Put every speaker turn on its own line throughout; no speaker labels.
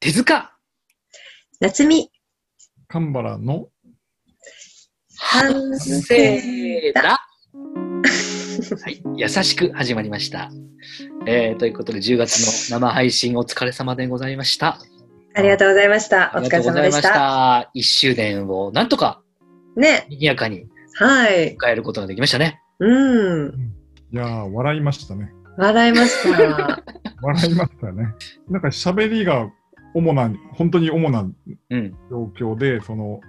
手塚
夏美、
神原の
反省だ。
はい、優しく始まりました。えーということで、10月の生配信お疲れ様でございました。
ありがとうございました。お疲れ様でした。
た。1周年をなんとか
ね、
賑やかに
はい。
迎えることができましたね。
うん。
いやー、笑いましたね。
笑い ました。
笑いましたね。なんか喋りが主な、本当に主な
うん。
状況で、その、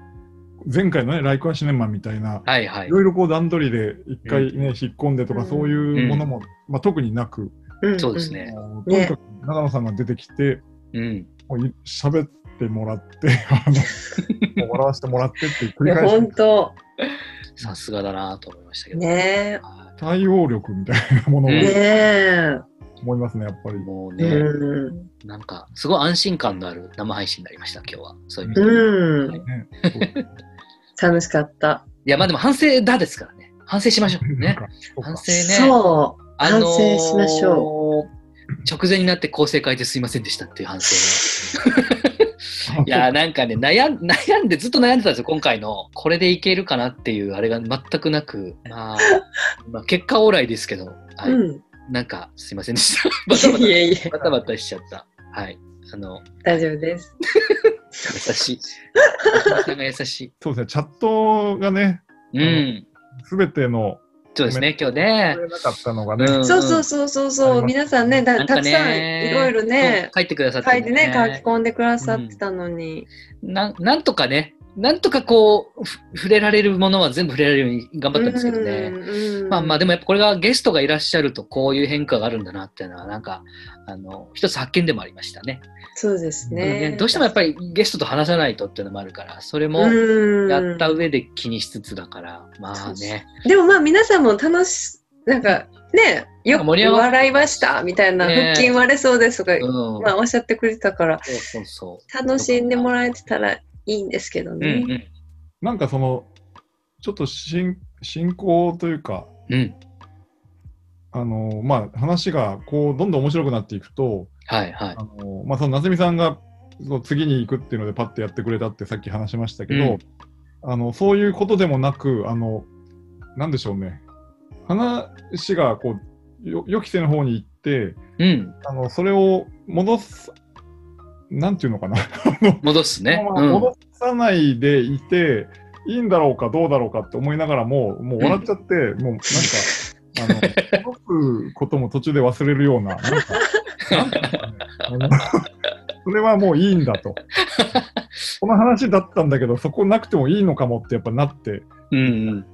前回のね、ライクアシネマみたいな、
はいはい
い。ろいろこう段取りで一回ね、引っ込んでと
う
か
ん
そういうものも、まあ特になく、
うん
そうです。ね。
もうとに
ね
かく長野さんが出てきて、
うん。
もうい喋ってもらって、 あの、もう笑わせてもらってっていう繰
い
り
や、
返し
本当
さすがだなと思いましたけど。
ね
は
対応力みたいなものを
う
え。
ん
ねえ。
思いますね、やっぱり
い。。もうね、
うん。
なんか、すごい安心感のある生配信になりました、今日は。そういう意味で。い
うん。
ね、
楽しかった。
や、まあでも反省だですからね。反省しましょう。
なん
ね。
かそう
反省ね。
そう。
あのー
反省しましょ
直前になって構成会ですいませんでしたっていう反省。
か
いやーなんかね悩ん、悩んで、ずっと悩んでたんですよ、今回の。これでいけるかなっていう、あれが全くなく、 まあ、まあ、結果オーライですけど、はい
うん。
なんか、すいませんでした。 バタバタ
い、えいえ、
バタバタしちゃった。はい。あの、
大丈夫です。
優しい。さんが優し
そうですね、チャットがね、
い。うん。
すべての
そうですね、今日ね
取。れなかったのがね、
うん
そうそうそうそうそう。皆さんね、
な
だ
ん
た
か
くさん
ね
いろいろね、
そう書いてくださって、
書いてね、書き込んでくださってたのに。
なんなんとかね、なんとかこう、ふ触れられるものは全部触れられるように頑張ったんですけどね。
うん。
まあまあ
で
でもやっぱこれがゲストがいらっしゃるとこういう変化があるんだなっていうのはなんかあの一つ発見でもありましたね
そうですね。
どうしてもやっぱりゲストと話さないとっていうのもあるからそれも
うん
やった上で気にしつつだから、まあね
でもまあ皆さんも楽しなんかねよく
盛り上がっ
笑いましたみたいな、
ね
腹筋割れそうですとか、
うん、
まあ、おっしゃってくれたから
そうそうそ
楽しんでもらえてたらいいんですけど
うう
ね。
ん
なんかその、ちょっと進進行というか、
うんうん
あのまあ、話がこうどんどん面白くなっていくと、
はいはい
あのまあ、その夏美さんがそう次に行くっていうので、パッてやってくれたってさっき話しましたけど、あのそういうことでもなく、あのなんでしょうね、話がこうよ予期せぬ方に行って、
うん
あのそれを戻す、なんていうのかな、あの
戻すね、
まあ
うん、
戻さないでいて、いいんだろうかどうだろうかって思いながらも、もう笑っちゃって、もうなんか、あの、戻すことも途中で忘れるような、なんか、なんていうのかねあのそれはもういいんだと。この話だったんだけど、そこなくてもいいのかもってやっぱなって、
うんうん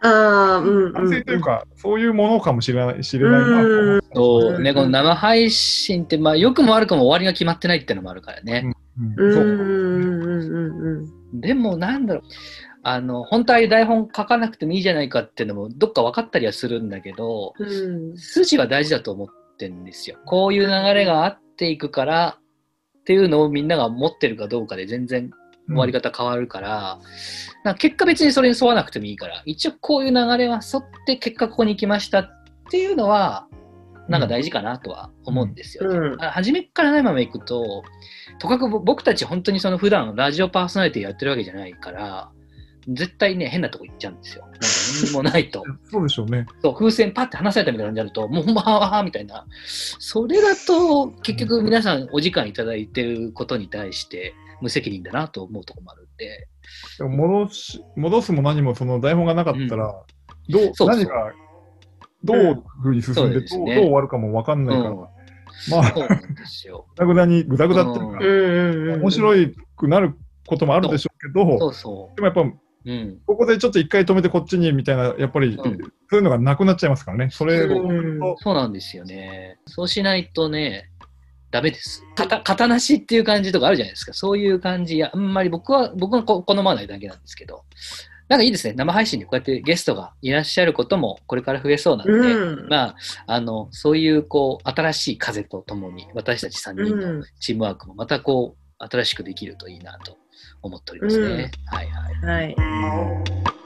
ああうん
反
う
省
ん
というか、そういうものかもしれない、知れないなと思った
そうねこの生配信ってまあ良くも悪くも終わりが決まってないっていうのもあるからね、
う
うん
ん
そううん
うんうん
でもなんだろうあの本当は台本書かなくてもいいじゃないかっていうのもどっか分かったりはするんだけど
うん
筋は大事だと思ってんですよこういう流れがあっていくからっていうのをみんなが持ってるかどうかで全然終わり方変わるから、なんか結果別にそれに沿わなくてもいいから一応こういう流れは沿って結果ここに行きましたっていうのはなんか大事かなとは思うんですよ、ね
うん
あ初めっからないまま行くととかくぼ僕たち本当にその普段ラジオパーソナリティやってるわけじゃないから絶対ね変なとこ行っちゃうんですよなんか何にもない と
そうでしょうね。
そう風船パッて離されたみたいな感じになるともうほんまははははみたいなそれだと結局皆さんお時間いただいてることに対して無責任だなと思うところもあるんで
でも戻し戻すも何もその台本がなかったら、どう
そうそう
何がどういうふうに進んで,、
うんそう
どう
ですね
どう終わるかも分かんないから、
うん
まあ、
そうなんですよ
ぐだぐだにぐだぐだっていう
う
か
ん、
うんうん
面白くなることもあるでしょうけど、
そうそ
でもやっぱ、
ううん
ここでちょっと一回止めてこっちにみたいな、やっぱり、
うん
そういうのがなくなっちゃいますからね、それを、
うん
そうなんですよねそうしないとねダメです。型型なしっていう感じとかあるじゃないですか。そういう感じ、あんまり僕は、僕はこ好まないだけなんですけど。なんかいいですね。生配信でこうやってゲストがいらっしゃることもこれから増えそうなんで、
うん
まあ、あの、そういう、こう、新しい風とともに、私たち3人の
うん
チームワークもまた、こう、新しくできるといいなと思っておりますね。はいはい。
はい